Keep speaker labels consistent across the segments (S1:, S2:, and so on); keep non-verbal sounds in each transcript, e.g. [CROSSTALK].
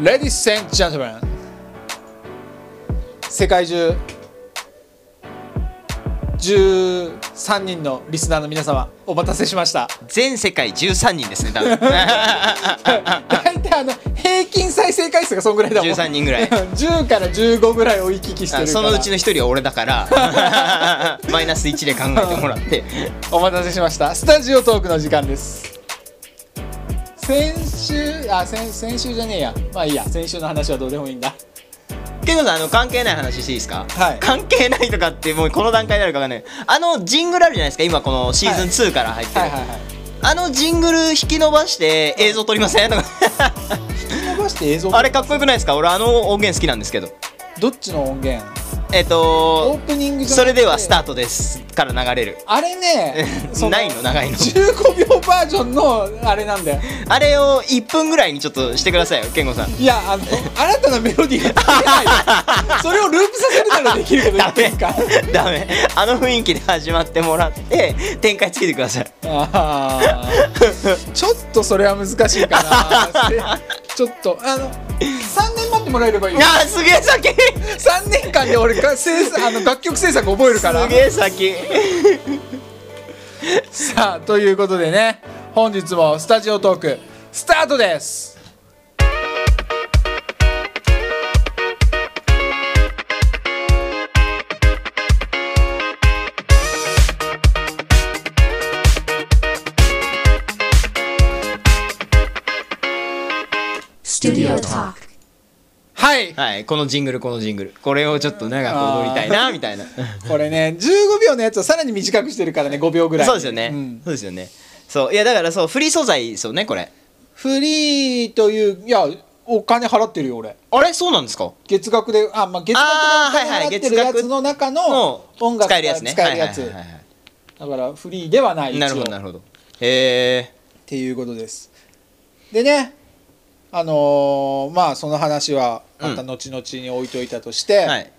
S1: Ladies and gentlemen 世界中13人のリスナーの皆様お待たせしま
S2: [LAUGHS]
S1: した
S2: 全世界13人ですね多
S1: [LAUGHS]
S2: 分
S1: 大体あの平均再生回数がそんぐらいだもん
S2: 13人
S1: [LAUGHS]
S2: ぐらい
S1: 10から15ぐらいを行き来してるから
S2: そのうちの一人は俺だから [LAUGHS] マイナス1で考えてもらって
S1: お待たせしましたスタジオトークの時間です先週あ先先週じゃねえやまあいいや先週の話はどうでもいいんだ
S2: けどさあの関係ない話していいですか、
S1: はい
S2: 関係ないとかってもうこの段階であるかがねあのジングルあるじゃないですか今このシーズン2から入ってる、
S1: はいはいはい
S2: あのジングル引き伸ばして映像撮りませ
S1: [LAUGHS]
S2: んとか
S1: 伸ばして映像
S2: あれかっこよくないですか俺あの音源好きなんですけど
S1: どっちの音源
S2: えっ、
S1: オ
S2: と
S1: ープニングじゃなくて
S2: それではスタートですから流れる
S1: あれねそ
S2: [LAUGHS] ないの長いの
S1: 15秒バージョンのあれなんだよ
S2: あれを1分ぐらいにちょっとしてくださいよ健吾さん
S1: いや
S2: [LAUGHS]
S1: あのあなたのメロディーが聞けないよそれをループさせるならできるけど
S2: ダ
S1: いい
S2: メ
S1: ですか
S2: ダメあの雰囲気で始まってもらって展開つけてください
S1: あーちょっとそれは難しいかな [LAUGHS] せちょっとあの3年待ってもらえればいいよ
S2: あーすげえ先
S1: 3年間で俺が制作あの楽曲制作覚えるから
S2: すげえ先
S1: さあということでね本日もスタジオトークスタートですはい
S2: はいこのジングルこのジングルこれをちょっと長く踊りたいなみたいな
S1: これね15秒のやつをさらに短くしてるからね5秒ぐらい
S2: そうですよね、
S1: ん
S2: そうですよねそういやだからそうフリー素材ですよねこれ
S1: フリーといういやお金払ってるよ俺
S2: あれそうなんですか
S1: 月額であまあ月
S2: あーはい
S1: 額で
S2: は
S1: 払
S2: い
S1: ってるやつの中の音楽
S2: 使えるやつね
S1: 使えるやつ
S2: はいはいはいは
S1: だからフリーではない
S2: い
S1: 一応
S2: なるほどなるほどへえ
S1: っていうことですでねあのーまあその話はまた
S2: うん
S1: 後々に置いといたとして、
S2: はい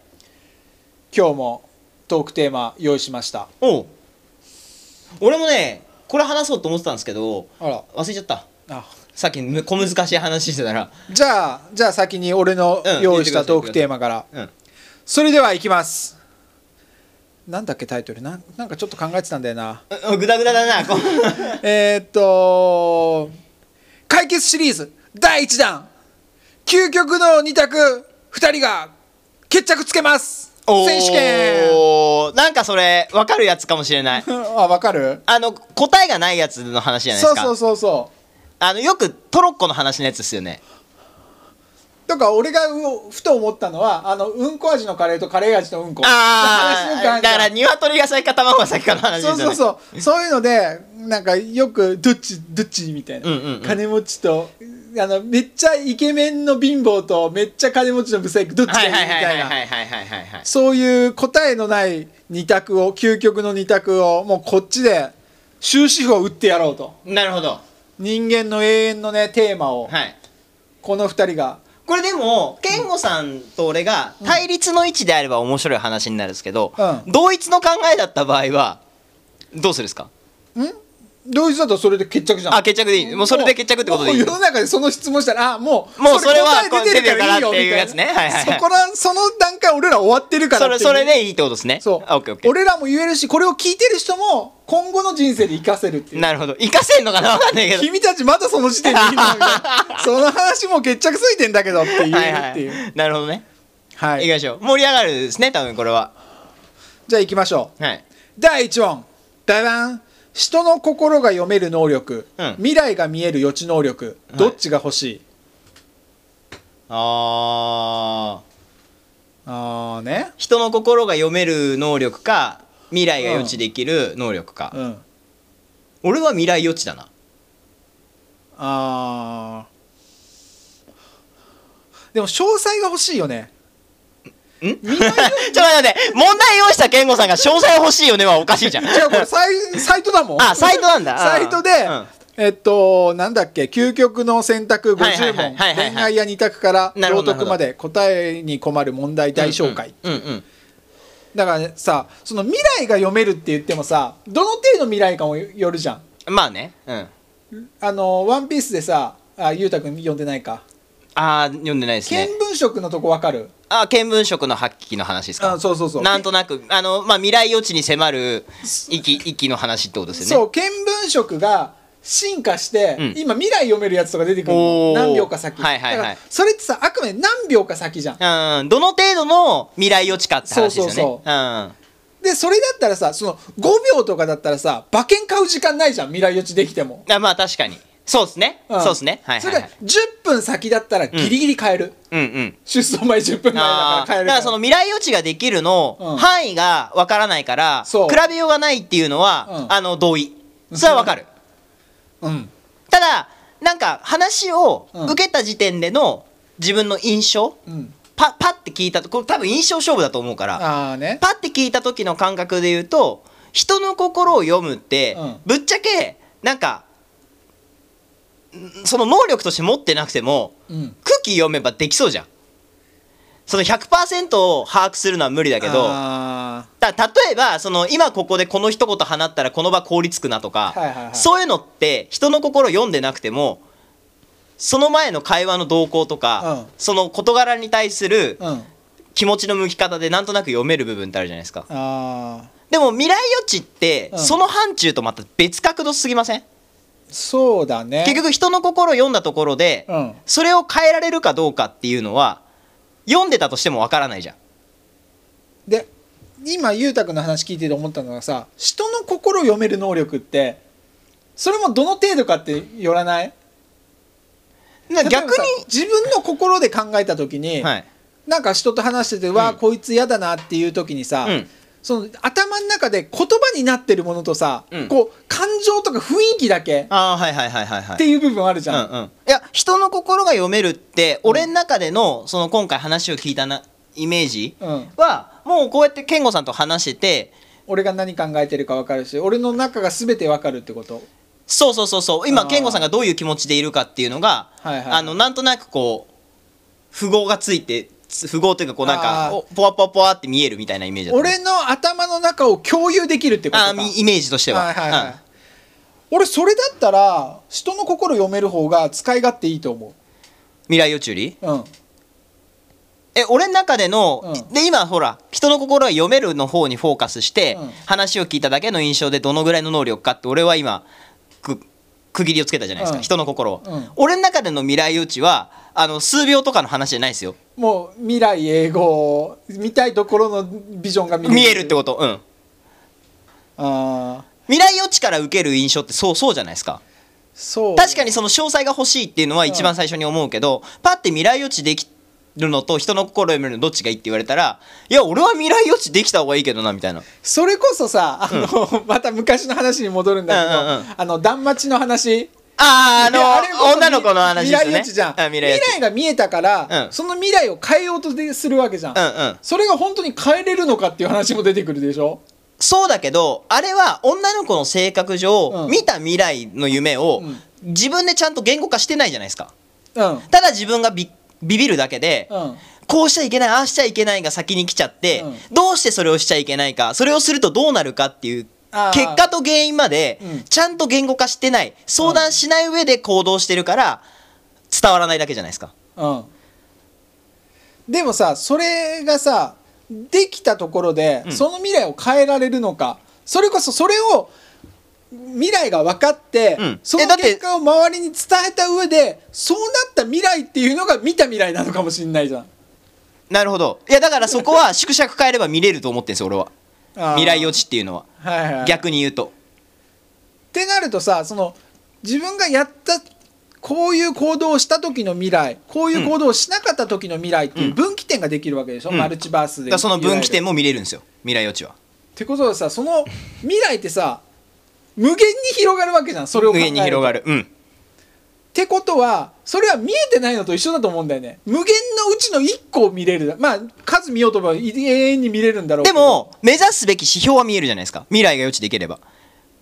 S1: 今日もトークテーマ用意しました
S2: おう俺もねこれ話そうと思ってたんですけど
S1: あら
S2: 忘れちゃった
S1: あ
S2: さっきむ小難しい話してたら
S1: じゃあじゃあ先に俺の
S2: うん
S1: 用意し
S2: 言
S1: た
S2: ってください
S1: トークテーマから、
S2: うん
S1: それではいきますなんだっけタイトルなんなんかちょっと考えてたんだよな
S2: うんグダグダだなこう
S1: えーっと解決シリーズ第1弾究極の2択2人が決着つけます選手権
S2: おーなんかそれ分かるやつかもしれない
S1: [LAUGHS] あわかる
S2: あの答えがないやつの話じゃない
S1: そ
S2: です
S1: う
S2: か
S1: そうそうそう
S2: あのよくトロッコの話のやつですよね
S1: とか俺がうふと思ったのはあのうんこ味のカレーとカレー味のうんこ
S2: あ
S1: 話の
S2: あ
S1: 感
S2: だから
S1: じ
S2: 鶏が先か卵が先かの話です
S1: そ
S2: よ
S1: う
S2: ね
S1: そうそうそういうのでなんかよくどっちどっちみたいな、
S2: うんうんうん
S1: 金持ちとあのめっちゃイケメンの貧乏とめっちゃ金持ちのブサイクどっちが
S2: はい
S1: い
S2: い
S1: いみ
S2: はいはい
S1: たい
S2: は
S1: ない
S2: はいはいはいはい
S1: そういう答えのない二択を究極の二択をもうこっちで終止符を打ってやろうと
S2: なるほど
S1: 人間の永遠のねテーマを
S2: はい
S1: この二人が
S2: これでも健吾さんと俺が対立の位置であれば面白い話になるんですけど、
S1: う
S2: 同一の考えだった場合はどうするんですか
S1: 同一だとそれで決着じゃん
S2: あ決着でいいもうそれで決着ってことでいい
S1: もう世の中でその質問したらあもう
S2: もうそれは
S1: 答え出てるからいいよ
S2: こう出てるか
S1: みたな
S2: らっていうやつねはいはいはい
S1: そこらその段階俺ら終わってるから
S2: そ
S1: ってい
S2: れ
S1: う
S2: それでいいってことですね
S1: そう
S2: あオッケーオッケー
S1: 俺らも言えるしこれを聞いてる人も今後の人生で生かせるっていう
S2: なるほど活かせんのかなわかんないけど
S1: 君たちまだその時点でいいのみ
S2: [LAUGHS]
S1: たいなその話もう決着ついてんだけどって言
S2: はい
S1: えるっ
S2: は
S1: ていう
S2: い [LAUGHS] なるほどね
S1: はい
S2: 行きましょう盛り上がるですね多分これは
S1: じゃあ行きましょう
S2: はい
S1: 第1問ダダン人の心が読める能力、
S2: うん
S1: 未来が見える予知能力、
S2: はい
S1: どっちが欲しい
S2: あー
S1: ああね
S2: 人の心が読める能力か未来が予知できる能力か、
S1: うん
S2: 俺は未来予知だな
S1: あーでも詳細が欲しいよね
S2: ん [LAUGHS] ちょっと待って待って問題用意した健吾さんが詳細欲しいよねはおかし
S1: [LAUGHS]
S2: いじゃん
S1: 違うこれサイサイトだもん
S2: あサイトなんだ
S1: サイトで、えっとなんだっけ究極の選択50
S2: はいはい
S1: 問
S2: はいはいはい
S1: 恋愛や二択から
S2: なる
S1: 道
S2: ほどなるほ
S1: 徳
S2: ど
S1: まで答えに困る問題大紹介、
S2: うんうんうんうん
S1: だから、ね、さその未来が読めるって言ってもさどの程度未来かもよるじゃん
S2: うんまあねうん
S1: あの「ワンピースでさあ裕太君読んでないか
S2: あー読んでないです
S1: 見
S2: ね
S1: 聞色のとこわかる
S2: あー見聞色の発揮の話ですか
S1: あそうそうそう
S2: なんとなくあの、まあ、未来予知に迫る息息の話ってことですよ
S1: そ
S2: ね
S1: う見聞色が進化して、
S2: うん
S1: 今未来読めるやつとか出てくる
S2: お
S1: の
S2: ー
S1: 何秒か先、
S2: はいはいはい
S1: だからそれってさあくまで何秒か先じゃん
S2: うんどの程度の未来予知かって話ですよね
S1: そうそう
S2: うん
S1: でそれだったらさその5秒とかだったらさ馬券買う時間ないじゃん未来予知できても、
S2: あまあ確かにそうですね、
S1: うん
S2: そうですねはいはい、
S1: そ
S2: は
S1: れが
S2: い、
S1: 10分先だったらギリギリ買える、
S2: うんうん
S1: 出走前10分前だから
S2: あー
S1: 買え
S2: だ
S1: る
S2: からその未来予知ができるの、
S1: うん
S2: 範囲がわからないから比
S1: そう
S2: べようがないっていうのは、
S1: うん
S2: あの同意それはわかる
S1: うん
S2: ただなんか話を
S1: うん
S2: 受けた時点での自分の印象
S1: うん
S2: パパッて聞いたとこれ多分印象勝負だと思うから
S1: ああね
S2: パッて聞いた時の感覚で言うと人の心を読むって、
S1: うん
S2: ぶっちゃけなんかんその能力として持ってなくても
S1: うん
S2: 空気読めばできそうじゃんその100%を把握するのは無理だけど
S1: あ
S2: だ例えばその今ここでこの一言放ったらこの場凍りつくなとか、
S1: はいはいはい
S2: そういうのって人の心読んでなくてもその前の会話の動向とか、
S1: うん
S2: その事柄に対する
S1: ーうん
S2: 気持ちの向き方でなんとなく読める部分ってあるじゃないですか
S1: あー
S2: でも未来予知って
S1: うん
S2: その範疇とまた別角度すぎません、
S1: そうだね
S2: 結局人の心読んだところで、
S1: うん
S2: それを変えられるかどうかっていうのは読んでたとしてもわからないじゃん
S1: で今ゆうたくんの話聞いてて思ったのがさ人の心を読める能力ってそれもどの程度かってよらない
S2: な
S1: 例えば
S2: 逆
S1: さ
S2: に、
S1: 自分の心で考えた時に、
S2: はい
S1: なんか人と話してて、わあこいつ嫌だなっていう時にさ、
S2: うん
S1: その頭の中で言葉になってるものとさ、
S2: うん
S1: こう感情とか雰囲気だけ
S2: ああはいはいはいはいはい
S1: っていう部分あるじゃん。
S2: うんうん、いや人の心が読めるって俺の中でのその今回話を聞いたなイメージ
S1: うん
S2: はもうこうやって健吾さんと話してて
S1: 俺が何考えてるか分かるし俺の中が全て分かるってこと
S2: そうそうそうそう
S1: あ
S2: 今
S1: ー
S2: 健吾さんがどういう気持ちでいるかっていうのが
S1: はいはい
S2: あのなんとなくこう符号がついてつ符号というかこうなん
S1: あ
S2: か
S1: ー
S2: おポワポワポワって見えるみたいなイメージだった
S1: 俺の頭の中を共有できるってことか
S2: あーみイメージとしては。
S1: はいはいはい
S2: うん
S1: 俺それだったら人の心読める方が使い勝手いいと思
S2: 未来予知より
S1: ううん
S2: え俺の中での、
S1: うん
S2: で今ほら人の心が読めるの方にフォーカスして、
S1: うん
S2: 話を聞いただけの印象でどのぐらいの能力かって俺は今く区切りをつけたじゃないです
S1: う
S2: か、
S1: ん
S2: 人の心を、
S1: うん
S2: 俺の中での未来予知はあの数秒とかの話じゃないですよ
S1: もう未来英語見たいところのビジョンが見える
S2: 見えるってことうん
S1: ああ
S2: 未来予知から受ける印象ってそうそうじゃないですか
S1: そう
S2: 確かにその詳細が欲しいっていうのは一
S1: うん
S2: 番最初に思うけど、パッて未来予知できるのと人の心読めるのどっちがいいって言われたらいや俺は未来予知できた方がいいけどなみたいな
S1: それこそさあの、また昔の話に戻るん
S2: うん
S1: だ
S2: うん
S1: け
S2: う
S1: どあの断末の話
S2: ああ
S1: いや
S2: あ
S1: れ
S2: の女の子の話です
S1: 未
S2: ね
S1: 来予知じゃん
S2: あ
S1: 未
S2: 未来予知
S1: 来が見えたから、
S2: うん
S1: その未来を変えようとするわけじゃん、
S2: うんうん
S1: それが本当に変えれるのかっていう話も出てくるでしょ
S2: そうだけどあれは女の子の性格上、
S1: うん
S2: 見た未来の夢を、
S1: うん
S2: 自分でちゃんと言語化してないじゃないですか
S1: うんうん
S2: ただ自分がビビビるだけで、こうしちゃいけないああしちゃいけないが先に来ちゃって、
S1: う
S2: どうしてそれをしちゃいけないかそれをするとどうなるかっていう
S1: あー
S2: 結果と原因まで
S1: うん
S2: ちゃんと言語化してない相談しない上で行動してるから伝わらないだけじゃないですか。
S1: うんでもさそれがさできたところで、
S2: うん
S1: その未来を変えられるのかそれこそそれを未来が分かって、
S2: うん
S1: その
S2: えだって
S1: 結果を周りに伝えた上でそうなった未来っていうのが見た未来なのかもしれないじゃん
S2: なるほどいやだからそこは [LAUGHS] 縮尺変えれば見れると思ってるんですよ俺は
S1: あー
S2: 未来予知っていうのは
S1: はいはい、っ
S2: 逆に言うと。
S1: てなるとさその自分がやったこういう行動をした時の未来こういう行動をしなかった時の未来っていう分岐点ができるわけでしょ、
S2: うん
S1: マルチバース
S2: だ
S1: で
S2: からその分岐
S1: いわゆる
S2: 点も見れるんですよ未来予知は
S1: ってことはさその未来ってさ無限に広がるわけじゃんそれを考え
S2: 無
S1: ると
S2: 限に広がるうん
S1: ってことはそれは見えてないのと一緒だと思うんだよね無限のうちの1個を見れるまあ数見ようと思えば永遠に見れるんだろうけ
S2: で
S1: ど
S2: も目指すべき指標は見えるじゃないですか未来が予知できれば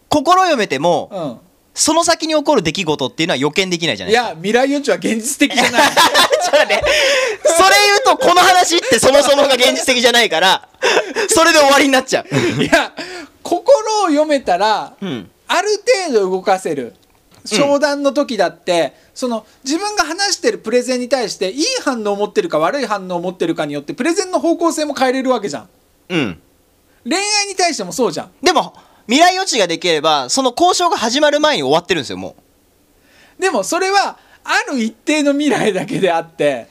S2: 心読めても、
S1: う
S2: その先に起こる出来事っていうのは予見できないじゃ
S1: んい
S2: ないですか
S1: や未来予知は現実的じゃない
S2: [LAUGHS] それ言うとこの話ってそもそもが現実的じゃないからそれで終わりになっちゃう
S1: いや心を読めたら、
S2: うん
S1: ある程度動かせる商談の時だって、その自分が話してるプレゼンに対していい反応を持ってるか悪い反応を持ってるかによってプレゼンの方向性も変えれるわけじゃん
S2: うん
S1: 恋愛に対してもそうじゃん
S2: でも未来予知ができればその交渉が始まる前に終わってるんですよも
S1: でもそれはある一定の未来だけであって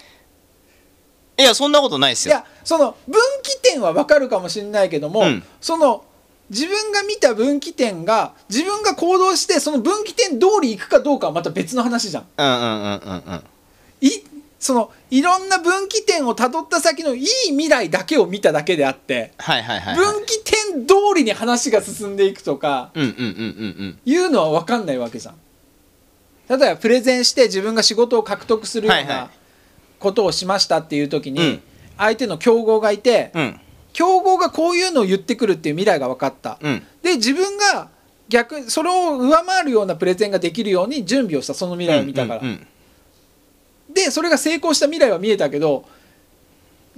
S2: ういやそんなことないです
S1: い
S2: よ
S1: やその分岐点は分かるかもしれないけども、
S2: うん
S1: その自分が見た分岐点が自分が行動してその分岐点通り行くかどうかはまた別の話じゃん。
S2: うんうんうんうんうん
S1: いそのいろんな分岐点をたどった先のいい未来だけを見ただけであって、
S2: はいはいはい、はい、
S1: 分岐点通りに話が進んでいくとか
S2: うんうんうんうん
S1: いうのは分かんないわけじゃん。例えばプレゼンして自分が仕事を獲得するよう
S2: はいはい
S1: なことをしましたっていう時
S2: う
S1: に
S2: ん
S1: 相手の競合がいて、
S2: うんうん
S1: 競合がこういうのを言ってくるっていう未来が分かった、
S2: うん
S1: で自分が逆にそれを上回るようなプレゼンができるように準備をしたその未来を見たから、
S2: うんうん
S1: でそれが成功した未来は見えたけど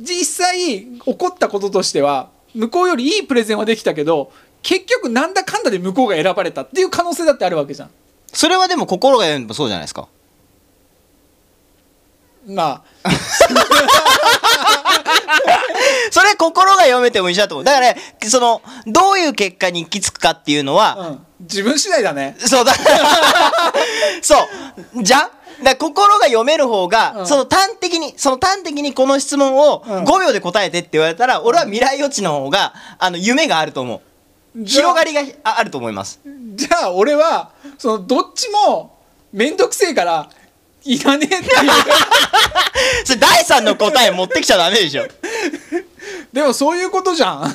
S1: 実際起こったこととしては向こうよりいいプレゼンはできたけど結局なんだかんだで向こうが選ばれたっていう可能性だってあるわけじゃん
S2: それはでも心が読んでもそうじゃないですか
S1: まあ
S2: それ心が読めても一緒だと思うだから、ね、そのどういう結果に行き着くかっていうのは、
S1: うん、自分次第だね
S2: そうだ [LAUGHS] そうじゃんだから心が読める方が、
S1: うん
S2: その端的にその端的にこの質問を
S1: うん
S2: 5秒で答えてって言われたら、俺は未来予知の方があの夢があると思う
S1: じゃあ
S2: 広がりがああると思います
S1: じゃあ俺はそのどっちも面倒くせえからいらねえっていう
S2: [LAUGHS] それ第3の答え持ってきちゃダメでしょ
S1: でもそういうことじ
S2: [LAUGHS]
S1: ゃん突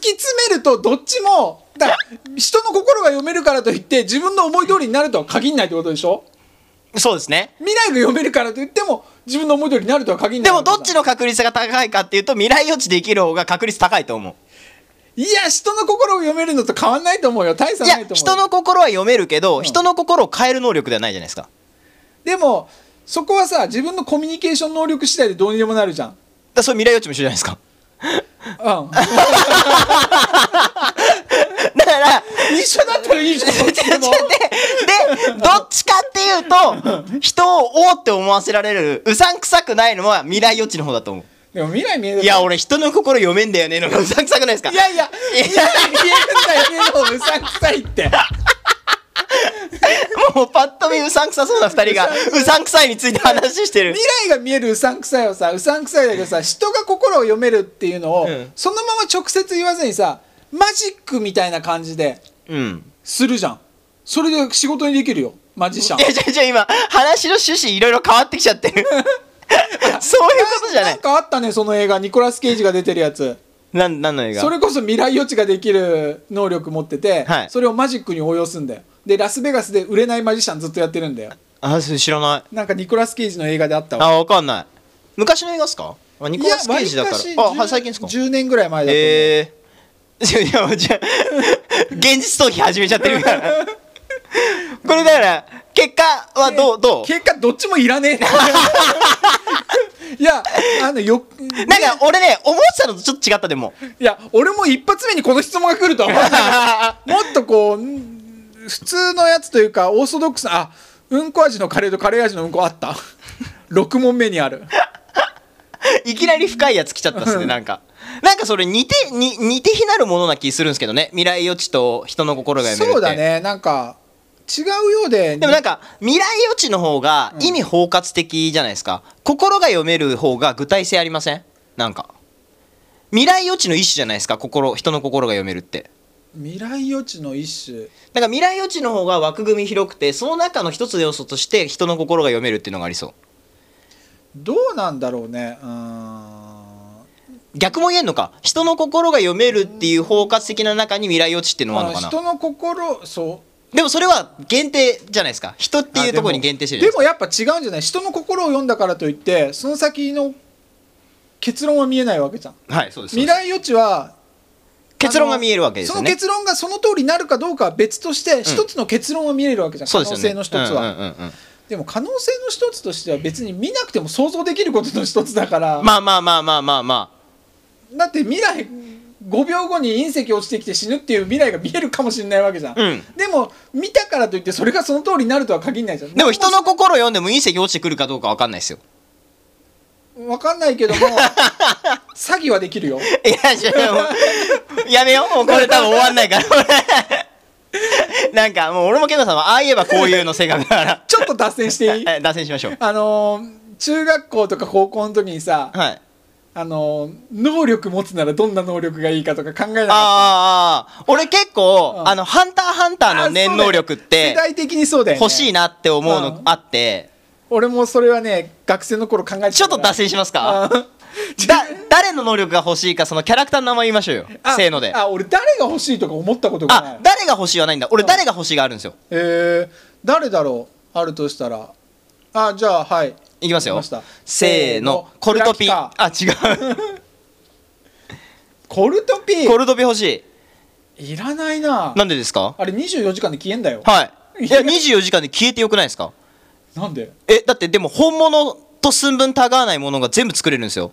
S1: き詰めるとどっちもだから人の心が読めるからといって自分の思い通りになるとは限んないってことでしょ
S2: そうですね
S1: 未来が読めるからといっても自分の思い通りになるとは限んな
S2: で
S1: い
S2: もどっち
S1: の
S2: の確率が高いかっていうと未来予知できる方が確率高いと思う
S1: いや人の心を読めるのと変わんないと思うよ大差
S2: い
S1: な
S2: や
S1: いと思うよ
S2: 人の心は読めるけど、
S1: ん
S2: 人の心を変える能力ではないじゃないですか
S1: でもそこはさ自分のコミュニケーション能力次第でどうにでもなるじゃん
S2: だからそれ未来予知も一緒じゃないですか [LAUGHS]
S1: うん
S2: だから
S1: 一緒だったらいいじゃんどっちでも
S2: でどっちかっていうと人をおーって思わせられるうさんくさくないのは未来予知の方だと思う
S1: でも未来見えない
S2: いや俺人の心読めんだよねのがう [LAUGHS] さんくさくないですか
S1: いやいや、いやいや、言えるんだよ、言えるのうさんくさい
S2: [LAUGHS]
S1: って。
S2: もうパッと見うさんくさそうな2人がうさんくさいについて話してる
S1: 未来が見えるうさんくさいはさ、うさんくさいだけどさ、人が心を読めるっていうのを、
S2: うん
S1: そのまま直接言わずにさ、マジックみたいな感じで
S2: うん
S1: するじゃん。それで仕事にできるよ、マジシャン
S2: い。やじゃじゃ今話の趣旨いろいろ変わってきちゃ [LAUGHS] ってるそういうことじゃな
S1: なん
S2: い
S1: かあったね、その映画、ニコラス・ケイジが出てるやつ。
S2: なんなんの映画
S1: それこそ未来予知ができる能力持ってて、
S2: はい
S1: それをマジックに応用すんだよ。で、ラスベガスで売れないマジシャンずっとやってるんだよ。
S2: あそれ知らない
S1: なんかニコラス・ケイジの映画であったわ。
S2: あわかんない昔の映画っすかあニコラス・ケイジだか
S1: い
S2: ら
S1: や
S2: あ
S1: 割かし
S2: はい最近っすか
S1: 10年ぐらい前だと思う、
S2: ええー、いやいやじゃあ現実逃避始めちゃってるからこれだから結果はどうどう
S1: 結果どっちもいらね
S2: [LAUGHS]
S1: えいやあのよ
S2: なんか俺ね思ってたのとちょっと違ったで
S1: [LAUGHS]
S2: も
S1: いや俺も一発目にこの質問が来るとは思わなかっ
S2: あ [LAUGHS]
S1: たもっとこうん普通のやつというかオーソドックスなあうんこ味のカレーとカレー味のうんこあった6問目にある
S2: いきなり深いやつ来ちゃったっすねなんかなんかそれ似てに似て非なるものな気するんですけどね未来予知と人の心が読めるって
S1: そうだねなんか違うようで
S2: でもなんか未来予知の方が意味包括的じゃないですか、心が読める方が具体性ありませんなんか未来予知の一種じゃないですか心人の心が読めるって
S1: 未来予知の一種
S2: なんか未来予知の方が枠組み広くてその中の一つの要素として人の心が読めるっていうのがありそ
S1: どうなんだろうねうーん
S2: う逆も言えんのか人の心が読めるっていう包括的な中に未来予知っていうのもあるのか
S1: あ
S2: な
S1: 人の心そう
S2: でもそれは限定じゃないですか人っていうところに限定してるじ
S1: で
S2: ゃない
S1: もやっぱ違うんじゃない人の心を読んだからといってその先の結論は見えないわけじゃん
S2: ですかはいそうです
S1: 未来予知は
S2: 結論が見えるわけです
S1: そ
S2: よ
S1: の
S2: ね
S1: 結論がその通りになるかどうかは別として一つの結論は見えるわけじゃん、
S2: そう
S1: 可
S2: で
S1: 能
S2: す
S1: 性
S2: よね
S1: の一つは、
S2: うんうんうんうん
S1: でも可能性の一つとしては別に見なくても想像できることの一つだから、
S2: まあまあまあまあまあまあ
S1: だって未来5秒後に隕石落ちてきて死ぬっていう未来が見えるかもしれないわけじゃん、
S2: うん
S1: でも見たからといってそれがその通りになるとは限らないじゃん
S2: でも人の心読んでも隕石落ちてくるかどうか分かんないですよ
S1: 分かんないけど
S2: [LAUGHS]
S1: も詐欺はできるよ
S2: いやじゃあもうやめようもうこれ多分終わんないから [LAUGHS] 俺なんかもう俺も健太さんはああ言えばこういうの性格だから [LAUGHS]
S1: ちょっと脱線していい
S2: え脱線しましょう
S1: あのー中学校とか高校の時にさ、
S2: はい
S1: あのー能力持つならどんな能力がいいかとか考えなかっ
S2: あーあーあー俺結構、
S1: うん
S2: あの「ハンターハンター」の念能力ったて
S1: 世代的にそうだよね
S2: [LAUGHS] 欲しいなって思うのあって
S1: 俺もそれはね学生の頃考えてた
S2: ちょっと脱
S1: せ
S2: 線しますか
S1: あ
S2: [LAUGHS] だ誰の能力が欲しいかそのキャラクターの名前言いましょうよ
S1: あ
S2: せーのであ
S1: あ俺誰が欲しいとか思ったことがない
S2: 誰が欲しいはないんだ俺誰が欲しいがあるんですよ
S1: えー、誰だろうあるとしたらあじゃあはい
S2: いきます
S1: 出
S2: よ
S1: ました
S2: せーのコルトピ
S1: クラ
S2: あ
S1: ピ
S2: 違
S1: [LAUGHS]
S2: う
S1: コルトピ
S2: コルトピ欲しい
S1: いらないな
S2: なんでですか
S1: あれ24時間で消えんだよ
S2: はいいや
S1: いや
S2: 24時間で消えてよくないですか
S1: なんで
S2: えだってでも本物と寸分たがわないものが全部作れるんですよ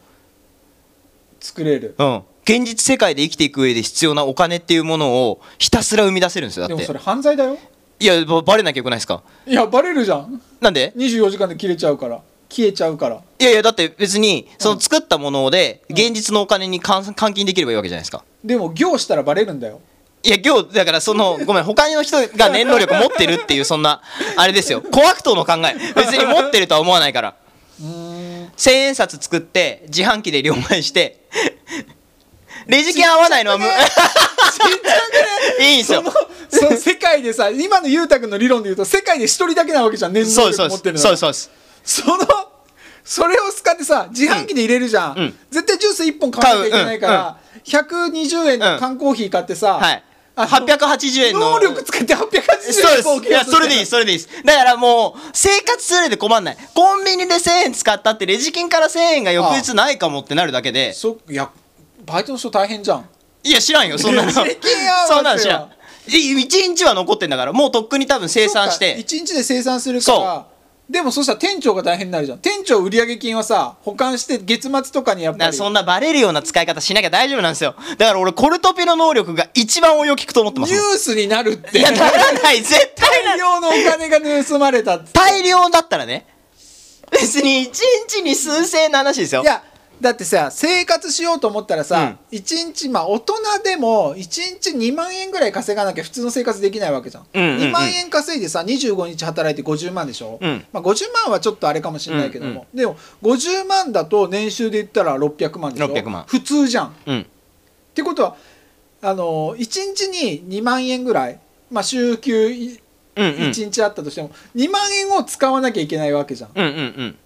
S1: 作れる
S2: うん現実世界で生きていく上で必要なお金っていうものをひたすら生み出せるんですよだ
S1: で
S2: っ
S1: も
S2: て
S1: それ犯罪だよ
S2: いやばバレなきゃよくないですか
S1: いやバレるじゃん
S2: なんで
S1: 24時間で切れちゃうから消えちゃうから
S2: いやいやだって別にその作ったもので現実のお金に換換金できればいいわけじゃないですか
S1: でも行したらバレるん
S2: [LAUGHS]
S1: だよ
S2: いや今日だからそのごめん他の人が念能力持ってるっていうそんなあれですよ小悪党の考え別に持ってるとは思わないから
S1: うーん
S2: 千円札作って自販機で両替してレジ券合わないのはむいいんです
S1: そ
S2: よ
S1: のその世界でさ今の裕太君の理論で言うと世界で一人だけなわけじゃん年
S2: そ
S1: 能
S2: うです
S1: 力
S2: そうで
S1: 持
S2: す
S1: ってるの
S2: そうですそうです
S1: そのそれを使ってさ自販機で入れるじゃん、
S2: うんうん
S1: 絶対ジュース1本買わなきゃいけないから、120円の缶コーヒー買ってさ、
S2: はい
S1: あの
S2: 880円の
S1: 能力使って880
S2: そう
S1: 円
S2: ですいやそれでいいそれでいいですだからもう生活するで困んないコンビニで1000円使ったってレジ金から1000円が翌日ないかもってなるだけで
S1: そいやバイトの人大変じゃん
S2: いや知らんよそんなの
S1: レジ金は
S2: そんなの知ら
S1: わ
S2: ん1日は残ってんだからもうとっくに多分生産して
S1: 1日で生産するからでもそしたら店長が大変になるじゃん店長売上金はさ保管して月末とかにやっ
S2: だか
S1: ぱ
S2: ら
S1: り
S2: そんなバレるような使い方しなきゃ大丈夫なんですよだから俺コルトピの能力が一番応用聞くと思って
S1: ニ
S2: ま
S1: ュ
S2: すもん
S1: ースになるって
S2: いやならない絶対な
S1: [LAUGHS] 大
S2: ら
S1: 量のお金が盗まれたって
S2: 大量だったらね別に一日に数千円の話ですよ
S1: いやだってさ生活しようと思ったらさ、一日まあ大人でも1日2万円ぐらい稼がなきゃ普通の生活できないわけじゃん,、
S2: うんうんうん
S1: 2万円稼いでさ25日働いて50万でしょ、
S2: うん
S1: まあ、50万はちょっとあれかもしれないけども、でも50万だと年収で言ったら600万でしょ
S2: 600万
S1: 普通じゃんっ
S2: うん
S1: てことはあの1日に2万円ぐらい、まあ、週休1
S2: うんうんうん
S1: 日あったとしても、2万円を使わなきゃいけないわけじゃん
S2: うんうん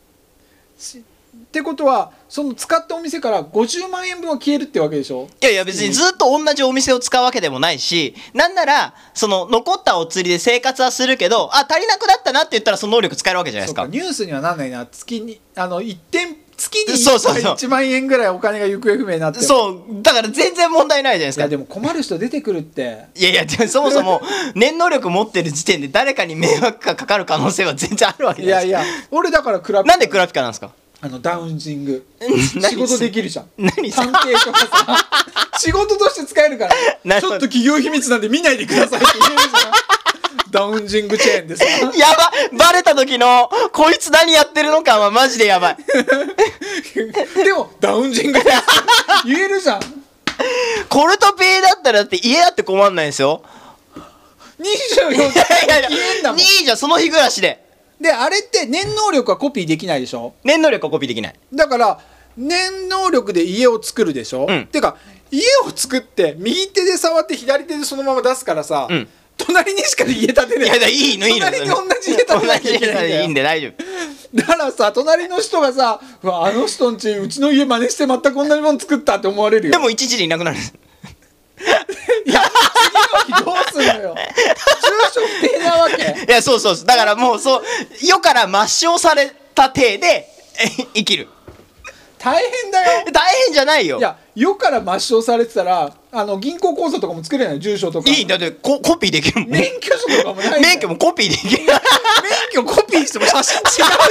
S1: ってことはその使ったお店から50万円分は消えるってわけでしょ
S2: いやいや別にずっと同じお店を使うわけでもないしなんならその残ったお釣りで生活はするけどあ足りなくなったなって言ったらその能力使えるわけじゃないです
S1: そう
S2: か
S1: かニュースにはなんないな月にあの一点月に
S2: そうそうそう
S1: 1万円ぐらいお金が行方不明になっても
S2: そうだから全然問題ないじゃないです
S1: い
S2: か
S1: やでも困る人出てくるって
S2: いやいやでもそも
S1: [LAUGHS]
S2: そも念能力持ってる時点で誰かに迷惑がかかる可能性は全然あるわけ
S1: い
S2: じゃな
S1: や
S2: い
S1: い
S2: ですか
S1: や俺だからクラピ
S2: なんでクラピカなんですか
S1: あのダウンジング
S2: [LAUGHS] 何
S1: 仕事できるじゃん
S2: 何
S1: 探偵とか
S2: [LAUGHS]
S1: さ仕事として使えるから
S2: なる
S1: ちょ
S2: ほ
S1: っ
S2: ど
S1: と企業秘密なんで見ないでくださいって言えるじゃん
S2: [LAUGHS]
S1: ダウンジングチェーンでさ
S2: やばバレた時のこいつ何やってるのかはマジでやばい
S1: でもダウンジングです言えるじゃん
S2: コルトペイだったらだって家だって困んないんですよ
S1: 24時間
S2: い [LAUGHS] やいや
S1: 消えんだもん
S2: いいじゃんその日暮らしで
S1: であれって念能力はコピーできないでしょ
S2: 念能力はコピーできない
S1: だから念能力で家を作るでしょ、
S2: うん
S1: てか家を作って右手で触って左手でそのまま出すからさ、
S2: うん
S1: 隣にしか家建てない
S2: いやだいいのいいの
S1: 隣に同じ家建てなきゃい
S2: [LAUGHS]
S1: けないんだ
S2: い
S1: よ
S2: いんで大丈夫
S1: だからさ隣の人がさうわあの人んちうちの家真似して全く同じもの作ったって思われるよ
S2: でも一時でいなくなるんです
S1: いや次の日どうすんのよ昼食亭なわけ
S2: いやそうそうそうだからもうそう世から抹消された体で [LAUGHS] え生きる
S1: 大変だよ
S2: 大変じゃないよ
S1: いや世から抹消されてたらあの銀行口座とかも作れない住所とか
S2: いいだってココピーできるもん
S1: 免許証とかもないんだよ
S2: 免許もコピーできる [LAUGHS]
S1: 免許コピーしても写真違う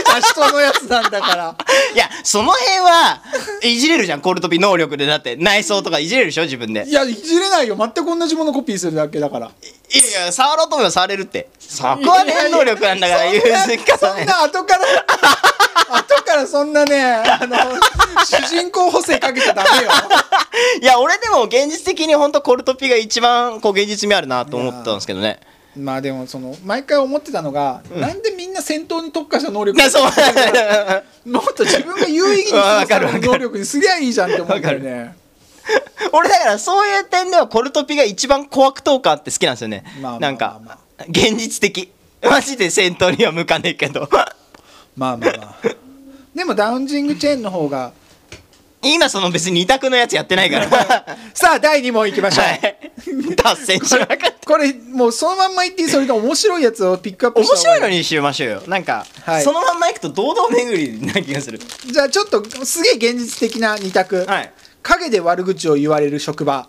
S1: じゃん人のやつなんだから
S2: いやその辺はいじれるじゃんコルトピ能力でだって内装とかいじれるでしょ自分で
S1: いやいじれないよ全く同じものコピーするだけだから
S2: いやいや触ろうと思えば触れるってそこは念能力なんだから融通き
S1: そ
S2: 方
S1: ん
S2: ね
S1: な後から [LAUGHS] 後からそんなねあの主人公補正かけちゃダメよ
S2: いや俺でも現実的に本当コルトピが一番こう現実味あるなと思ったんですけどね
S1: まあでもその毎回思ってたのが、なんでみんな戦闘に特化した能力
S2: いやそうわ
S1: もっと自分が有
S2: [LAUGHS]
S1: 意義に過ごすための能力にすりゃいいじゃんって思うんだよね
S2: 俺だからそういう点ではコルトピが一番小悪党感って好きなんですよね、
S1: まあまあまあまあ
S2: なんか現実
S1: [LAUGHS]
S2: 的マジで戦闘には向かねえけど
S1: まあまあまあでもダウンジングチェーンの方が
S2: 今その別に二択のやつやってないか
S1: [LAUGHS]
S2: らは
S1: さあ第2問いきましょう、
S2: い達成しなかった
S1: これもうそのまんま言っていいそれとも面白いやつをピックアップ
S2: 面
S1: した
S2: 白いの
S1: に
S2: にしましょうよなんか、
S1: はい
S2: そのまんまいくと堂々巡りな気がする
S1: じゃあちょっとすげえ現実的な2択、
S2: はい
S1: 陰で悪口を言われる職場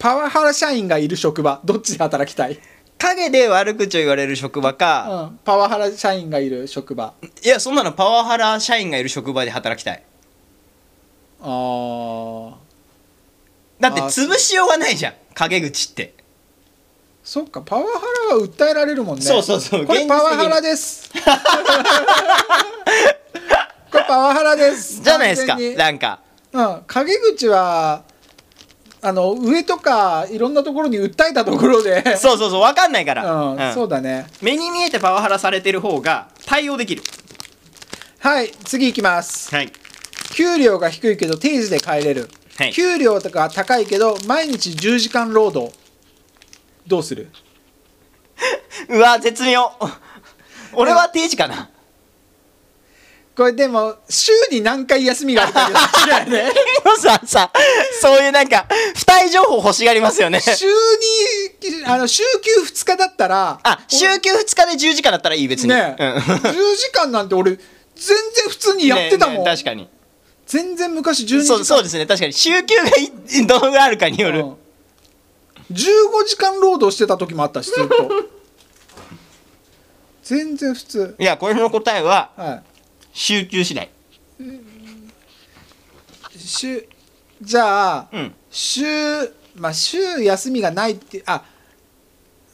S1: パワハラ社員がいる職場どっちで働きたい、
S2: 影で悪口を言われる職場か、
S1: うん、パワハラ社員がいる職場
S2: いやそんなのパワハラ社員がいる職場で働きたい
S1: あー
S2: だって
S1: あー
S2: 潰しようがないじゃん陰口って
S1: そっかパワハラは訴えられるもんね
S2: そうそうそう
S1: これ
S2: 現実的に
S1: パワハラです
S2: [LAUGHS]
S1: これパワハラです
S2: じゃないですか
S1: 完全に
S2: なんか
S1: うん、陰口はあの上とかいろんなところに訴えたところで
S2: そうそうそう分かんないから、
S1: うん
S2: うん
S1: そうだね
S2: 目に見えてパワハラされてる方が対応できる
S1: はい次いきます
S2: はい
S1: 給料が低いけど定時で帰れる、
S2: はい
S1: 給料とか高いけど毎日10時間労働どうする
S2: うわ絶妙俺は定時かな
S1: これでも週に何回休みがあるかだよね
S2: ケンさんさ [LAUGHS] そういうなんか不対情報欲しがりますよね
S1: 週にあの週休2日だったら
S2: あ週休2日で10時間だったらいい別に
S1: ねえ、
S2: うん
S1: 10時間なんて俺全然普通にやってたもん、
S2: ねね確かに
S1: 全然昔12時
S2: そう
S1: 間
S2: そうですね確かに週休がいどのがあるかによる、
S1: うん15時間労働してた時もあったしずっ
S2: [LAUGHS]
S1: と全然普通
S2: いやこれの答えは
S1: は
S2: 週休次第
S1: い週じゃあ、
S2: うん
S1: 週まあ週休みがないってあ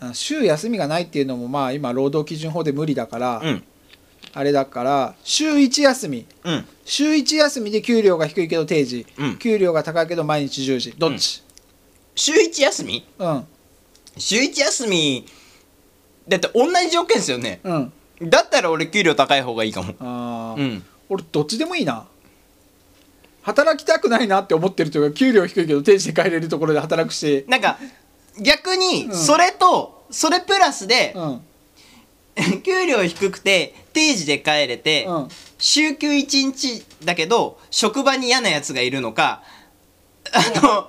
S1: あ週休みがないっていうのもまあ今労働基準法で無理だから、
S2: うん
S1: あれだから週1休み
S2: うん
S1: 週1休みで給料が低いけど定時、
S2: うん
S1: 給料が高いけど毎日10時どっち、
S2: 週1休み
S1: うん、
S2: 週1休みだって同じ条件ですよね
S1: うん
S2: だったら俺給料高い方がいいかも
S1: あー
S2: うん
S1: 俺どっちでもいいな働きたくないなって思ってるというか給料低いけど定時で帰れるところで働くし、
S2: なんか逆に
S1: ん
S2: それとそれプラスで
S1: うん
S2: [LAUGHS] 給料低くて定時で帰れて
S1: うん、
S2: 週休1日だけど職場に嫌なやつがいるのかあの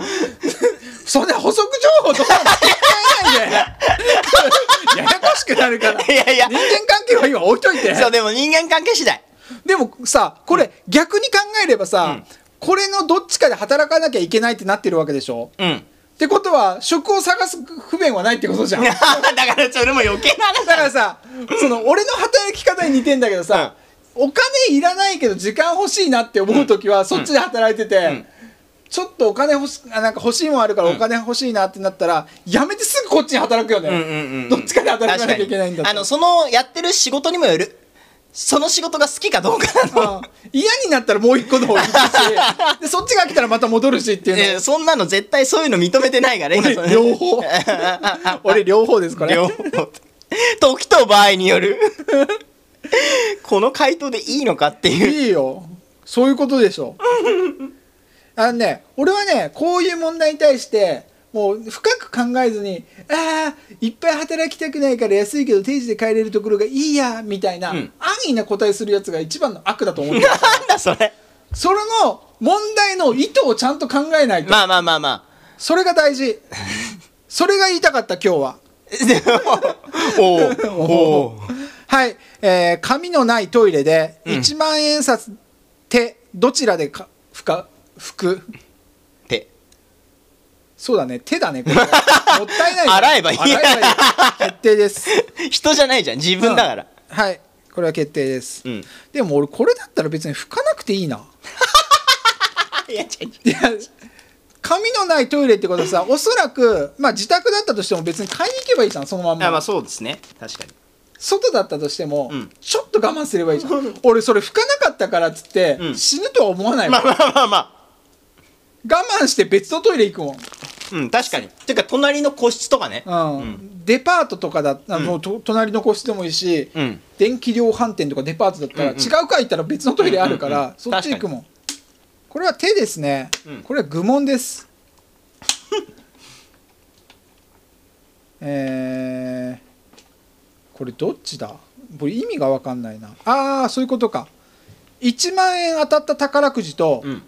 S1: そんな補足情報とか考えないで [LAUGHS] ややこしくなるから
S2: いやいや
S1: 人間関係は今置いといて
S2: そうでも人間関係次第
S1: でもさこれ逆に考えればさ、
S2: うん
S1: これのどっちかで働かなきゃいけないってなってるわけでしょ
S2: うん [LAUGHS]
S1: ってことは職を探す不便はないってことじゃん
S2: だ
S1: だ
S2: からそれも余計な話
S1: からさその俺の働き方に似てんだけどさ、お金いらないけど時間欲しいなって思う時はそっちで働いてて、
S2: ん
S1: ちょっとお金欲しあなんか欲しいもんあるからお金欲しいなってなったら、やめてすぐこっちに働くよね、
S2: うんうんうんうん
S1: どっちかで働かなきゃいけないんだって
S2: 確かにあのそのやってる仕事にもよるその仕事が好きかどうかなの、
S1: うん嫌になったらもう一個の
S2: [LAUGHS]
S1: 方行くしでそっちが飽きたらまた戻るしっていうの、
S2: えーそんなの絶対そういうの認めてないから今その
S1: 俺両
S2: [LAUGHS]
S1: 方俺両方ですこれ
S2: 両方 [LAUGHS] 時と場合による [LAUGHS] この回答でいいのかっていう
S1: いいよそういうことでしょあのね俺はねこういう問題に対してもう深く考えずに「あーいっぱい働きたくないから安いけど定時で帰れるところがいいや」みたいな、
S2: うん
S1: 安易な答えするやつが一番の悪だと思
S2: [LAUGHS]
S1: うんだよ
S2: なんだそれ
S1: それの問題の意図をちゃんと考えないと
S2: まあまあまあまあ [LAUGHS]
S1: それが大事それが言いたかった今日は
S2: でもおおおお
S1: はい、えー紙のないトイレで
S2: うん
S1: 1万円札ってどちらでかふか拭く
S2: って
S1: そうだね手だね
S2: [LAUGHS]
S1: これはもったいないね
S2: 洗えばいい
S1: 洗えばいい決定です
S2: [LAUGHS] 人じゃないじゃん自分だから、
S1: うんはいこれは決定です、
S2: うん
S1: でも俺これだったら別に拭かなくていいな
S2: いや違う
S1: いや紙のないトイレってことは
S2: [LAUGHS]
S1: さおそらくまあ自宅だったとしても別に買いに行けばいいじゃんそのまんま
S2: あまあそうですね確かに
S1: 外だったとしても、
S2: うん
S1: ちょっと我慢すればいいじゃ
S2: [LAUGHS]
S1: ん俺それ拭かなかったからっつって、
S2: うん
S1: 死ぬとは思わないもん、
S2: まあまあまあまあ
S1: 我慢して別のトイレ行くもん
S2: うん確かにていうか隣の個室とかね
S1: うん
S2: うん
S1: デパートとかだあの、と隣の個室でもいいし、
S2: うん
S1: 電気量販店とかデパートだったら、
S2: うんうん
S1: 違うか行ったら別のトイレあるから、
S2: うんうんうん
S1: そっち行くもんこれは手ですね、
S2: うん
S1: これは愚問です
S2: [LAUGHS]
S1: えー、これどっちだこれ意味が分かんないなあーそういうことか1万円当たった宝くじと、
S2: うん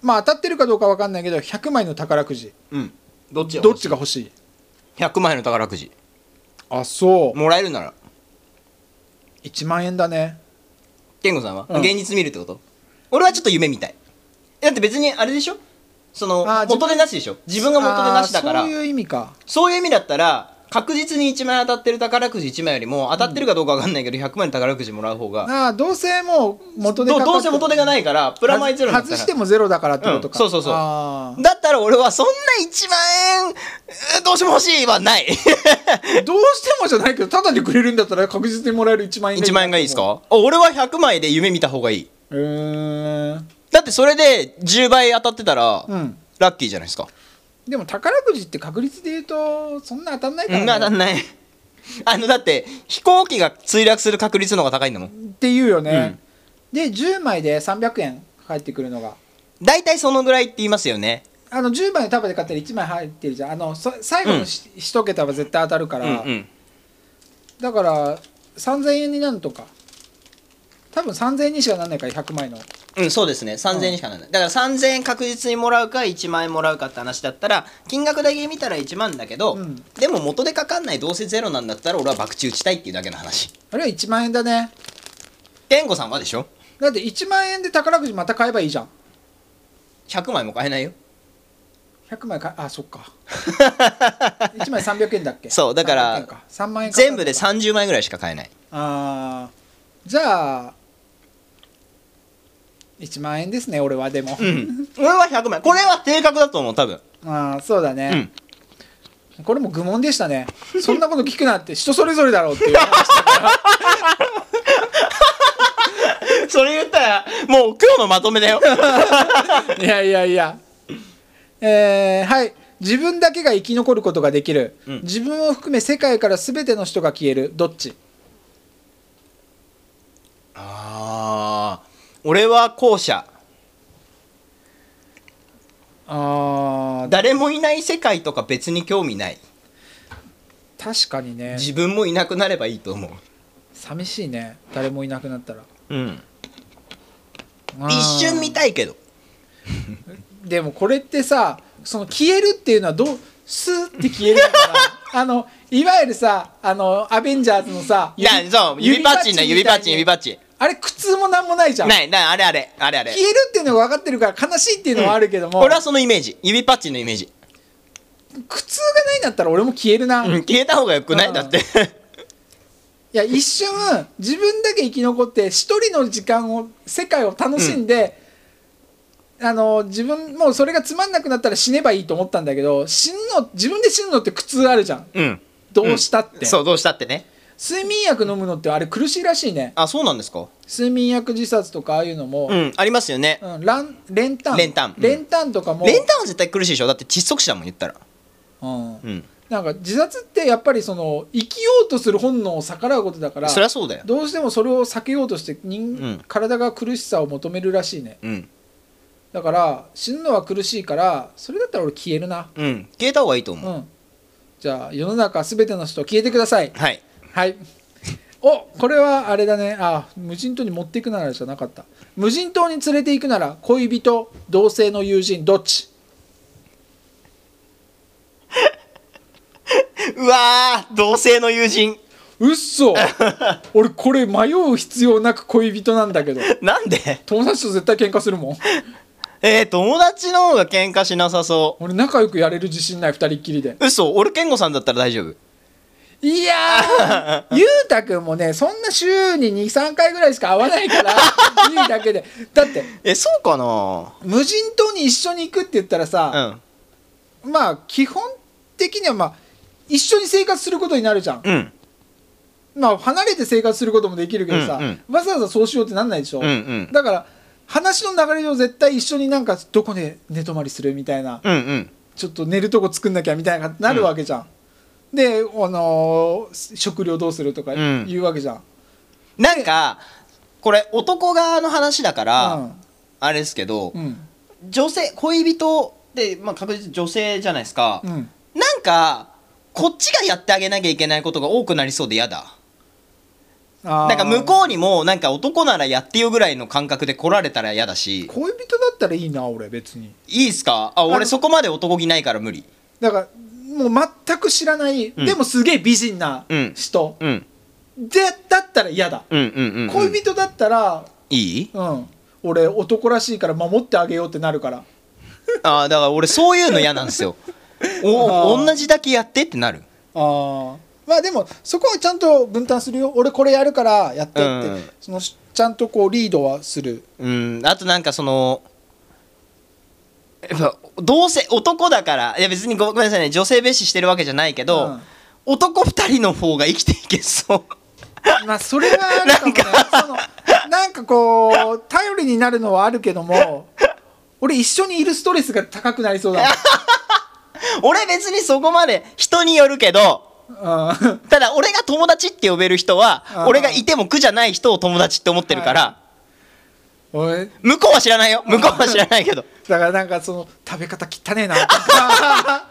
S1: まあ当たってるかどうか分かんないけど100枚の宝くじ
S2: うんどっち
S1: どっちが欲しい
S2: 100万円の宝くじ
S1: あそう
S2: もらえるなら
S1: 1万円だね
S2: 健吾さんは、
S1: うん
S2: 現実見るってこと俺はちょっと夢みたいだって別にあれでしょその
S1: あー自分
S2: 元でなしでしょ自分が元でなしだから
S1: あーそういう意味か
S2: そういう意味だったら確実に1枚当たってる宝くじ1枚よりも当たってるかどうか分かんないけど100万円の宝くじもらう方が
S1: ああどうせもう元で
S2: どうどうせ元手がないからプ
S1: プ
S2: ラマイゼロになった
S1: 外
S2: ら
S1: してもゼロだからってことか、
S2: うんそうそうそう
S1: あ
S2: だったら俺はそんな1万円えーどうしても欲しいはな
S1: [LAUGHS]
S2: い
S1: ーどうしてもじゃないけどただでくれるんだったら確実にもらえる1万円
S2: 1万円がいいですかあ俺は100枚で夢見た方がいいう
S1: ーん
S2: だってそれで10倍当たってたら、
S1: うん
S2: ラッキーじゃないですか
S1: でも宝くじって確率で言うとそんな当たんないから、
S2: う
S1: ね
S2: ん当たんない [LAUGHS] あのだって飛行機が墜落する確率の方が高いんだもん
S1: っていうよね、で10枚で300円返ってくるのが
S2: 大体そのぐらいって言いますよね
S1: あの10枚の束で買ったら1枚入ってるじゃんあのそ最後のし、一桁は絶対当たるか
S2: う
S1: ら、
S2: んうん
S1: だから3000円になるとか多分3000円にしかなんないから100枚の
S2: うん、そうですね3000円しかならない、だから3000円確実にもらうか1万円もらうかって話だったら金額だけ見たら1万だけど、
S1: うん
S2: でも元でかかんないどうせゼロなんだったら俺は博打打ちたいっていうだけの話
S1: あれは1万円だね
S2: 健吾さんはでしょ
S1: だって1万円で宝くじまた買えばいいじゃん
S2: 100枚も買えないよ
S1: 100枚かあそっ
S2: [LAUGHS]
S1: か1枚300円だっけ
S2: そうだから
S1: 300円か3万円かかる
S2: 全部で30枚ぐらいしか買えない
S1: あーじゃあ1万円ですね俺はでも、
S2: うん俺は100枚これは定格だと思う多 [LAUGHS] 分
S1: ああそうだ
S2: う
S1: ね
S2: ん、
S1: これも愚問でしたねそんなこと聞くなって人それぞれだろうっていう
S2: [LAUGHS]
S1: 話だから
S2: それ言ったらもう今日のまとめだよ
S1: いやいやいやえーはい自分だけが生き残ることができる、
S2: うん
S1: 自分を含め世界から全ての人が消えるどっち
S2: ああ俺は後者
S1: あーだ
S2: 誰もいない世界とか別に興味ない
S1: 確かにね
S2: 自分もいなくなればいいと思う
S1: 寂しいね誰もいなくなったら
S2: うん
S1: あー
S2: 一瞬見たいけど
S1: でもこれってさその消えるっていうのはどうスーって消えるのから
S2: [LAUGHS]
S1: あのいわゆるさあのアベンジャーズのさ
S2: いやそう指パッチンだ指パッチン指
S1: パッチンみたいに
S2: パッチ
S1: あれ苦痛もなんもないじゃ
S2: ン
S1: ん
S2: ないないあれあれあれあれ
S1: 消えるっていうのが分かってるから悲しいっていうのはあるけども、
S2: 俺はそのイメージ指パッチンのイメージ、
S1: 苦痛がないんだったら俺も消えるな、
S2: うん、
S1: い
S2: 消えた方がよくな
S1: う
S2: い
S1: ん
S2: だって
S1: や一瞬自分だけ生き残って一人の時間を世界を楽しんで、あの自分もうそれがつまんなくなったら死ねばいいと思ったんだけど死ぬの自分で死ぬのって苦痛あるじゃん
S2: うん
S1: どうしたって、
S2: そうどうしたってね
S1: 睡眠薬飲むのってあれ苦しいらしいね
S2: あそうなんですか
S1: 睡眠薬自殺とかああいうのも、う
S2: うんんありますよね
S1: ラン練炭
S2: 練炭うん
S1: 練炭とかも、
S2: 練炭は絶対苦しいでしょだって窒息死だもん言ったら
S1: うん
S2: うん
S1: なんか自殺ってやっぱりその生きようとする本能を逆らうことだから
S2: そりゃそうだよ
S1: どうしてもそれを避けようとして人、
S2: うん
S1: 体が苦しさを求めるらしいね
S2: うん
S1: だから死ぬのは苦しいからそれだったら俺消えるな
S2: うん消えた方がいいと思
S1: う
S2: うん
S1: じゃあ世の中全ての人消えてください
S2: はい
S1: はいおこれはあれだねあ無人島に持っていくならじゃなかった無人島に連れて行くなら恋人同性の友人どっち
S2: うわー同性の友人
S1: うっそ俺これ迷う必要なく恋人なんだけど
S2: なんで [LAUGHS]
S1: 友達と絶対喧嘩するもん
S2: えー、友達の方が喧嘩しなさそ
S1: 俺仲良くやれる自信ない二人っきりで
S2: う嘘俺健吾さんだったら大丈夫
S1: いや
S2: [LAUGHS]
S1: ーゆうたくんもねそんな週に23回ぐらいしか会わない
S2: [LAUGHS]
S1: からゆうだけでだって
S2: えそうかな
S1: 無人島に一緒に行くって言ったらさ、
S2: うん
S1: まあ基本的にはまあ一緒に生活することになるじゃん、
S2: うん
S1: まあ離れて生活することもできるけどさ、
S2: うんうん
S1: わざわざそうしようってなんないでしょ、
S2: うんうん
S1: だから話の流れ上絶対一緒になんかどこで寝泊まりするみたいな
S2: うんうん
S1: ちょっと寝るとこ作んなきゃみたいななるわけじゃん、で、あのー食料どうするとか
S2: うん
S1: 言うわけじゃん、
S2: なんかこれ男側の話だから、あれですけど、
S1: うんうん
S2: 女性恋人って、まあ、確実に女性じゃないですか、
S1: うん
S2: なんかこっちがやってあげなきゃいけないことが多くなりそうで嫌だ
S1: あー
S2: なんか向こうにもなんか男ならやってよぐらいの感覚で来られたら嫌だし
S1: 恋人だったらいいな俺別に
S2: いいっすかあ
S1: あの
S2: 俺そこまで男気ないから無理
S1: だからもう全く知らない、
S2: うん
S1: でもすげえ美人な
S2: うん
S1: 人、
S2: うん
S1: でだったら嫌だ、
S2: うんうんうん、うん、
S1: 恋人だったら
S2: い [LAUGHS] い
S1: うん俺男らしいから守ってあげようってなるから
S2: あーだから俺そういうの嫌なん [LAUGHS] ですよ
S1: あ
S2: お
S1: ー
S2: 同じだけやってってなる
S1: ああまあでもそこはちゃんと分担するよ俺これやるからやってって、
S2: うん
S1: そのしちゃんとこうリードはする
S2: うんあとなんかそのやっぱどうせ男だからいや別にごごめんなさいね女性蔑視してるわけじゃないけど、
S1: うん
S2: 男2人の方が生きていけそう [LAUGHS]
S1: [LAUGHS] まあそれはあるかもねそのなんかこう頼りになるのはあるけども俺一緒にいるストレスが高くなりそうだ
S2: 俺別にそこまで人によるけど
S1: もん、うん、
S2: ただ俺が友達って呼べる人は
S1: あー
S2: 俺がいても苦じゃない人を友達って思ってるから、
S1: は俺
S2: 向こうは知らないよ向こうは知らないけど
S1: だからなんかその食べ方汚ねえなとか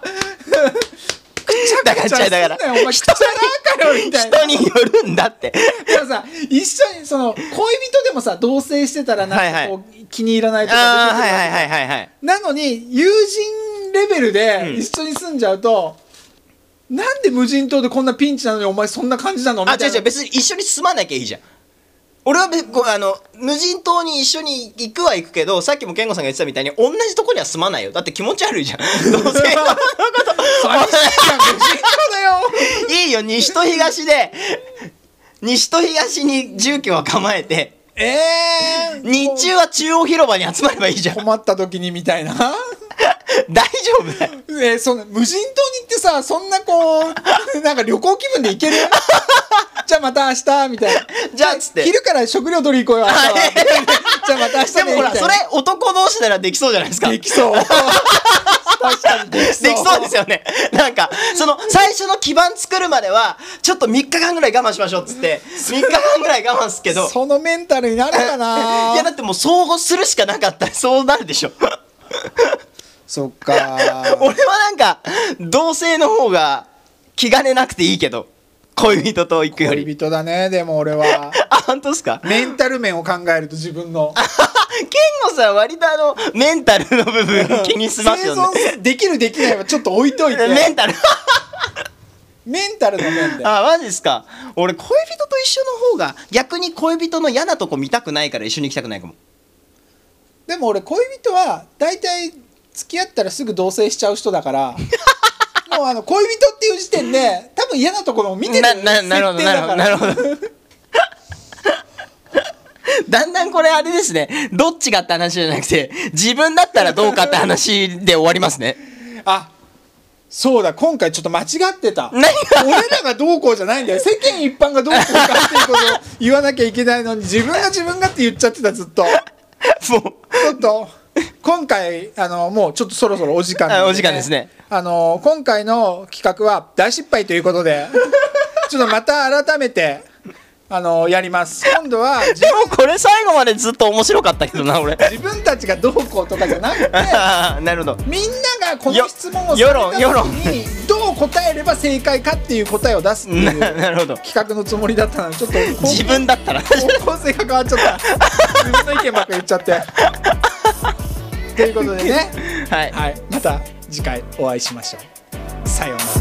S2: だか
S1: く
S2: ら
S1: ちゃくちゃすんなよ
S2: だから
S1: お前くちゃらかよみたいな
S2: 人によるんだって
S1: でもさ一緒にその恋人でもさ同棲してたらなんかこう、気に入らないとか
S2: あ
S1: 出てく
S2: あは
S1: る
S2: い
S1: わ
S2: は
S1: け
S2: いはいはいはい
S1: なのに友人レベルで
S2: うん
S1: 一緒に住んじゃうと、なんで無人島でこんなピンチなのにお前そんな感じなのみた
S2: あ
S1: いな
S2: 違う違う別に一緒に住まなきゃいいじゃん俺はべこあの無人島に一緒に行くは行くけどさっきも健吾さんが言ってたみたいに同じとこには住まないよだって気持ち悪いじゃ [LAUGHS] んどうせ
S1: 寂しいやん無人島だよ
S2: いいよ西と東で西と東に住居は構えて
S1: えー、
S2: 日中は中央広場に集まればいい [LAUGHS] じゃん
S1: 困った時にみたいな [LAUGHS]
S2: 大丈夫だよ
S1: えーその無人島に行ってさそんなこう [LAUGHS] なんか旅行気分で行ける [LAUGHS] じゃあまた明日みたいな
S2: じゃあっつって
S1: 昼から食料取り行こうよ明日は [LAUGHS] じゃあまた明日ね
S2: でもほ
S1: み
S2: ら
S1: たい
S2: そ
S1: な
S2: れ男同士ならできそうじゃないですか
S1: でき
S2: [LAUGHS]
S1: そう確かにできそう
S2: できそうですよ
S1: [LAUGHS]
S2: ね。なんか、その、最初の基盤作るまでは、ちょっと3日間ぐらい我慢しましょうっつって、3日間ぐらい我慢すっけど、
S1: そのメンタルになるかな
S2: [LAUGHS] いやだってもう相互するしかなかった。そうなるでしょ。
S1: そっ
S2: [LAUGHS]
S1: か
S2: 俺はなんか、同性の方が気兼ねなくていいけど、恋人と行くより。
S1: 恋人だねでも俺は
S2: あ、本当ですか
S1: メンタル面を考えると自分の
S2: 健吾さん割とあの、メンタルの部分 [LAUGHS] 気にしますよね。
S1: 生存できるできないはちょっと置いとい
S2: [LAUGHS]
S1: て
S2: メンタル。
S1: メンタルの面で
S2: あ、マジですか。俺恋人と一緒の方が、逆に恋人の嫌なとこ見たくないから一緒に行きたくないかも。
S1: でも俺恋人は大体付き合ったらすぐ同棲しちゃう人だから
S2: [LAUGHS]
S1: もうあの恋人っていう時点で多分嫌なところも見てる
S2: なななるほど
S1: 設定だから
S2: なるほどなるほど [LAUGHS] だんだんこれあれですねどっちがって話じゃなくて自分だったらどうかって話で終わりますね
S1: [LAUGHS]
S2: [LAUGHS]
S1: あそうだ今回ちょっと間違ってた
S2: [LAUGHS] 何が
S1: 俺らがどうこうじゃないんだよ世間一般がどうこうかっていうことを言わなきゃいけないのに自分が自分がって言っちゃってたずっとち
S2: も
S1: ょっと今回あのもうちょっとそろそろお時間なん
S2: あお時間ですね
S1: あの今回の企画は大失敗ということで [LAUGHS] ちょっとまた改めてあのやります今度は
S2: うでもこれ最後までずっと面白かったけどな俺
S1: 自分たちがどうこうとかじゃな
S2: [LAUGHS]
S1: くて
S2: あー [LAUGHS] なるほど
S1: みんながこの
S2: よ
S1: 質問をされた時
S2: 世論
S1: にどう答えれば正解かっていう答えを出すってい
S2: [LAUGHS] な
S1: う
S2: な [LAUGHS] るほど
S1: 企画のつもりだったのにちょっ
S2: [LAUGHS]
S1: と方向
S2: 自分だったら [LAUGHS]
S1: 方向性が変わっちゃった自分の意見ばっか言っちゃ
S2: [LAUGHS]
S1: ってということでね
S2: はい
S1: はいまた次回お会いしましょうさようなら